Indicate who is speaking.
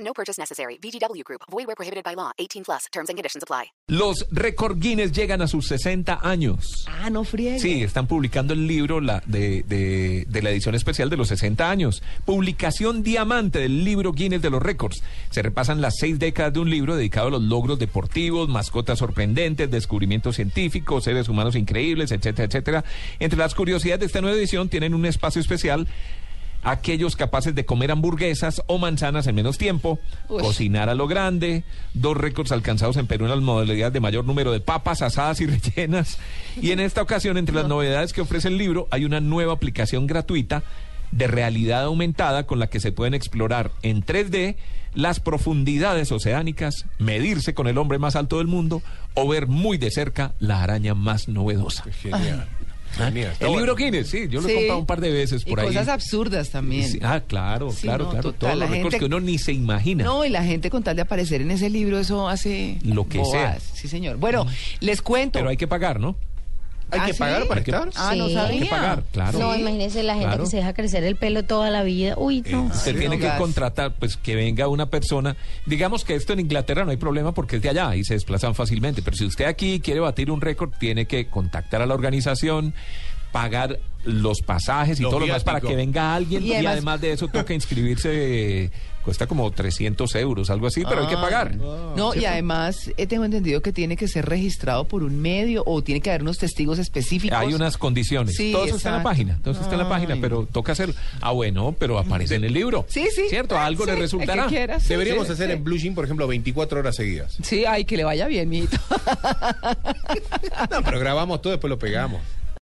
Speaker 1: No purchase necessary. VGW Group. Void where prohibited by law. 18 plus. Terms and conditions apply.
Speaker 2: Los récord Guinness llegan a sus 60 años.
Speaker 3: Ah, no friegue.
Speaker 2: Sí, están publicando el libro la, de, de- de la edición especial de los 60 años. Publicación diamante del libro Guinness de los récords. Se repasan las seis décadas de un libro dedicado a los logros deportivos, mascotas sorprendentes, descubrimientos científicos, seres humanos increíbles, etcétera, etcétera. Entre las curiosidades de esta nueva edición tienen un espacio especial aquellos capaces de comer hamburguesas o manzanas en menos tiempo,
Speaker 3: Uy.
Speaker 2: cocinar a lo grande, dos récords alcanzados en Perú en las modalidades de mayor número de papas asadas y rellenas. Y en esta ocasión, entre las novedades que ofrece el libro, hay una nueva aplicación gratuita de realidad aumentada con la que se pueden explorar en 3D las profundidades oceánicas, medirse con el hombre más alto del mundo o ver muy de cerca la araña más novedosa.
Speaker 4: Genial. Genial. Está
Speaker 2: El
Speaker 4: bueno.
Speaker 2: libro Guinness, sí, yo lo he
Speaker 3: Sí.
Speaker 2: comprado un par de veces por
Speaker 3: y
Speaker 2: ahí.
Speaker 3: Cosas absurdas también.
Speaker 2: Sí, ah, claro,
Speaker 3: Sí,
Speaker 2: claro,
Speaker 3: no,
Speaker 2: claro.
Speaker 3: total,
Speaker 2: Todos
Speaker 3: la
Speaker 2: los récords
Speaker 3: gente-
Speaker 2: que uno ni se imagina.
Speaker 3: No, y la gente con tal de aparecer en ese libro, eso hace
Speaker 2: Lo que
Speaker 3: bobadas.
Speaker 2: sea. Mm.
Speaker 3: Sí, señor. Bueno, les cuento.
Speaker 2: Pero hay que pagar, ¿no?
Speaker 4: Hay
Speaker 3: ¿Ah,
Speaker 4: que
Speaker 3: sí?
Speaker 4: pagar para
Speaker 2: Hay que-
Speaker 4: estar.
Speaker 3: Ah, no
Speaker 5: Sí.
Speaker 3: sabía.
Speaker 5: Hay
Speaker 2: que pagar, claro.
Speaker 5: No,
Speaker 3: Sí.
Speaker 5: imagínese la gente
Speaker 2: Claro. Este,
Speaker 5: que se deja crecer el pelo toda la vida. Uy, no.
Speaker 4: Ah,
Speaker 2: Se
Speaker 4: sí,
Speaker 2: tiene
Speaker 3: no,
Speaker 2: que
Speaker 3: gas.
Speaker 2: contratar, pues que venga una persona. Digamos que esto en Inglaterra no hay problema porque es de allá y se desplazan fácilmente. Pero si usted aquí quiere batir un récord, tiene que contactar a la organización, pagar los pasajes y
Speaker 4: Los
Speaker 2: todo lo demás para
Speaker 4: viáticos.
Speaker 2: que venga alguien.
Speaker 3: Y
Speaker 2: Y,
Speaker 3: además-
Speaker 2: además, de eso, toca inscribirse. eh, Cuesta como 300 euros, algo así, pero hay que pagar.
Speaker 3: No, y además eh, tengo entendido que tiene que ser registrado por un medio o tiene que haber unos testigos específicos.
Speaker 2: Hay unas condiciones.
Speaker 3: Sí,
Speaker 2: todo eso está en la
Speaker 3: exacto.
Speaker 2: página. Todo eso está en la página,
Speaker 3: Ay.
Speaker 2: pero toca hacerlo. Ah, bueno, pero aparece en el libro.
Speaker 3: Sí, sí. Ah,
Speaker 2: ¿Cierto? Algo
Speaker 3: Sí,
Speaker 2: le
Speaker 3: el que
Speaker 2: resultará.
Speaker 3: quiera, sí,
Speaker 4: Deberíamos
Speaker 3: sí,
Speaker 4: hacer
Speaker 3: sí.
Speaker 4: en Blue Jean, por ejemplo, 24 horas seguidas.
Speaker 3: Sí, ay, que le vaya bien, mijito.
Speaker 4: No, pero grabamos todo, después lo pegamos.